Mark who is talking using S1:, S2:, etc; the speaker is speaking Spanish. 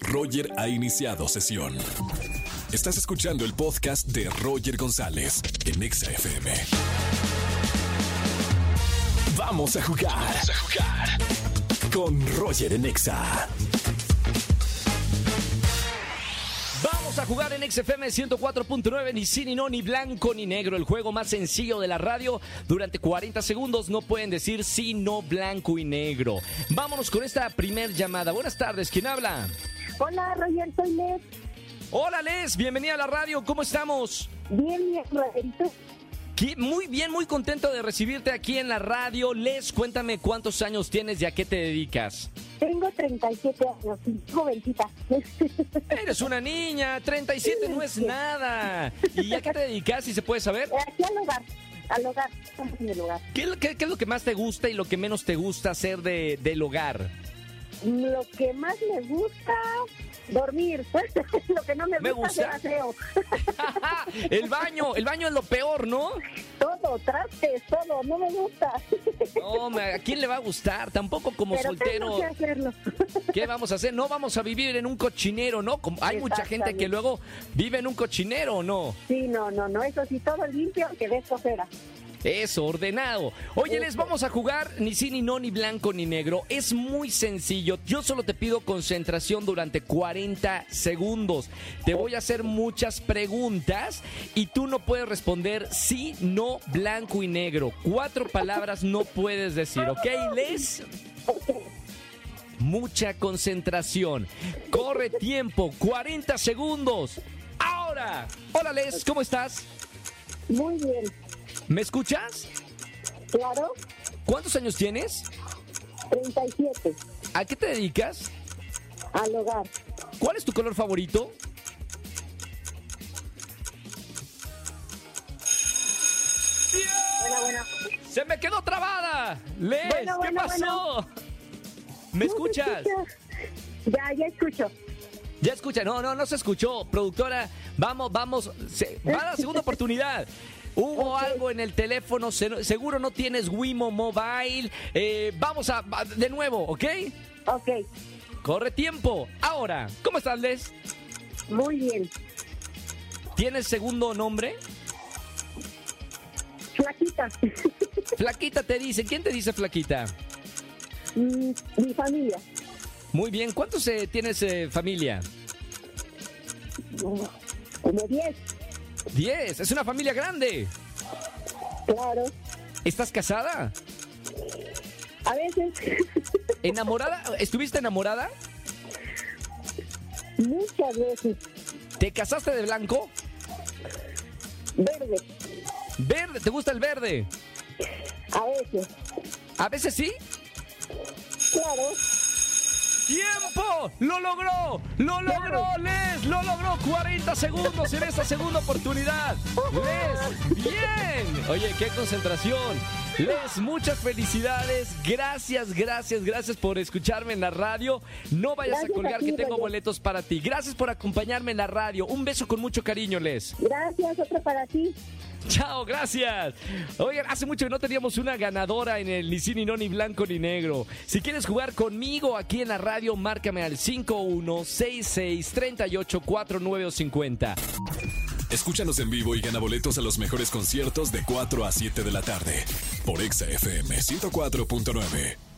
S1: Roger ha iniciado sesión. Estás escuchando el podcast de Roger González en Exa FM. Vamos a jugar. Vamos a jugar. Con Roger en Exa.
S2: Vamos a jugar en XFM 104.9, ni sí, ni no, ni blanco, ni negro. El juego más sencillo de la radio. Durante 40 segundos no pueden decir sí, no, blanco y negro. Vámonos con esta primer llamada. Buenas tardes, ¿quién habla?
S3: Hola, Roger, soy Led.
S2: Hola, Les, bienvenida a la radio, ¿cómo estamos?
S3: Bien, bien, Roger. ¿Y tú?
S2: Qui- Muy bien, muy contento de recibirte aquí en la radio. Les, cuéntame cuántos años tienes y a qué te dedicas.
S3: Tengo 37 años, y jovencita.
S2: Eres una niña, 37 no es nada. ¿Y a qué te dedicas, si se puede saber?
S3: Aquí al hogar, al hogar, estamos en el hogar.
S2: ¿Qué, es lo- qué- qué es lo que más te gusta y lo que menos te gusta hacer de, del hogar?
S3: Lo que más me gusta, dormir. Lo que no me,
S2: Me gusta.
S3: gusta, hacer aseo.
S2: el baño, el baño es lo peor, ¿no?
S3: Todo, trastes, todo, no me gusta.
S2: No, me- ¿a quién le va a gustar? Tampoco como
S3: Pero
S2: soltero.
S3: tengo que hacerlo.
S2: ¿Qué vamos a hacer? No vamos a vivir en un cochinero, ¿no? Como- hay mucha gente que
S3: Exactamente.
S2: luego vive en un cochinero, ¿no?
S3: Sí, no, no, no, eso sí, todo limpio, que ves cosera.
S2: Eso, ordenado. Oye,
S3: Eso.
S2: les vamos a jugar ni sí, ni no, ni blanco, ni negro. Es muy sencillo. Yo solo te pido concentración durante 40 segundos. Te voy a hacer muchas preguntas y tú no puedes responder sí, no, blanco y negro. Cuatro palabras no puedes decir, ¿ok? Les, mucha concentración. Corre tiempo, 40 segundos. Ahora. Hola, Les, ¿cómo estás?
S3: Muy bien,
S2: ¿Me escuchas?
S3: claro,
S2: ¿Cuántos años tienes?
S3: 37,
S2: ¿A qué te dedicas?
S3: al hogar.
S2: ¿Cuál es tu color favorito?
S3: Bueno, bueno.
S2: ¡Se me quedó trabada! ¡Les!
S3: Bueno,
S2: ¿Qué
S3: bueno,
S2: pasó? ¿Me
S3: No,
S2: escuchas?
S3: te escucho. Ya, ya escucho.
S2: Ya escucha. No, no, no se escuchó. Productora, vamos, vamos. Se- va a la segunda oportunidad. Hubo algo en el teléfono. se- seguro no tienes Wimo Mobile. Eh, vamos a. va- De nuevo, ¿ok?
S3: Ok,
S2: Corre tiempo. Ahora, ¿cómo estás, Les?
S3: muy bien.
S2: ¿Tienes segundo nombre?
S3: Flaquita.
S2: Flaquita te dice. ¿Quién te dice Flaquita?
S3: Mm, Mi familia.
S2: Muy bien, ¿cuántos eh, tienes eh, familia?
S3: Como 10,
S2: Diez, es una familia grande.
S3: claro.
S2: ¿Estás casada?
S3: A veces,
S2: ¿Enamorada? ¿Estuviste enamorada?
S3: muchas veces,
S2: ¿Te casaste de blanco?
S3: verde.
S2: ¿Verde? ¿Te gusta el verde?
S3: A veces,
S2: ¿A veces sí?
S3: claro.
S2: ¡Tiempo! ¡Lo logró! ¡Lo logró, Les! ¡Lo logró! 40 segundos en esta segunda oportunidad. ¡Les! ¡Bien! Oye, qué concentración. Les, muchas felicidades. Gracias, gracias, gracias por escucharme en la radio. No vayas
S3: Gracias
S2: a
S3: a
S2: colgar
S3: ti,
S2: que tengo
S3: Roger.
S2: boletos para ti. Gracias por acompañarme en la radio. Un beso con mucho cariño, Les.
S3: Gracias, otro para ti.
S2: Chao, gracias. Oigan, hace mucho que no teníamos una ganadora en el ni sí, ni no, ni blanco, ni negro. Si quieres jugar conmigo aquí en la radio, márcame al 5166-384950.
S1: Escúchanos en vivo y gana boletos a los mejores conciertos de 4 a 7 de la tarde por Exa FM 104.9.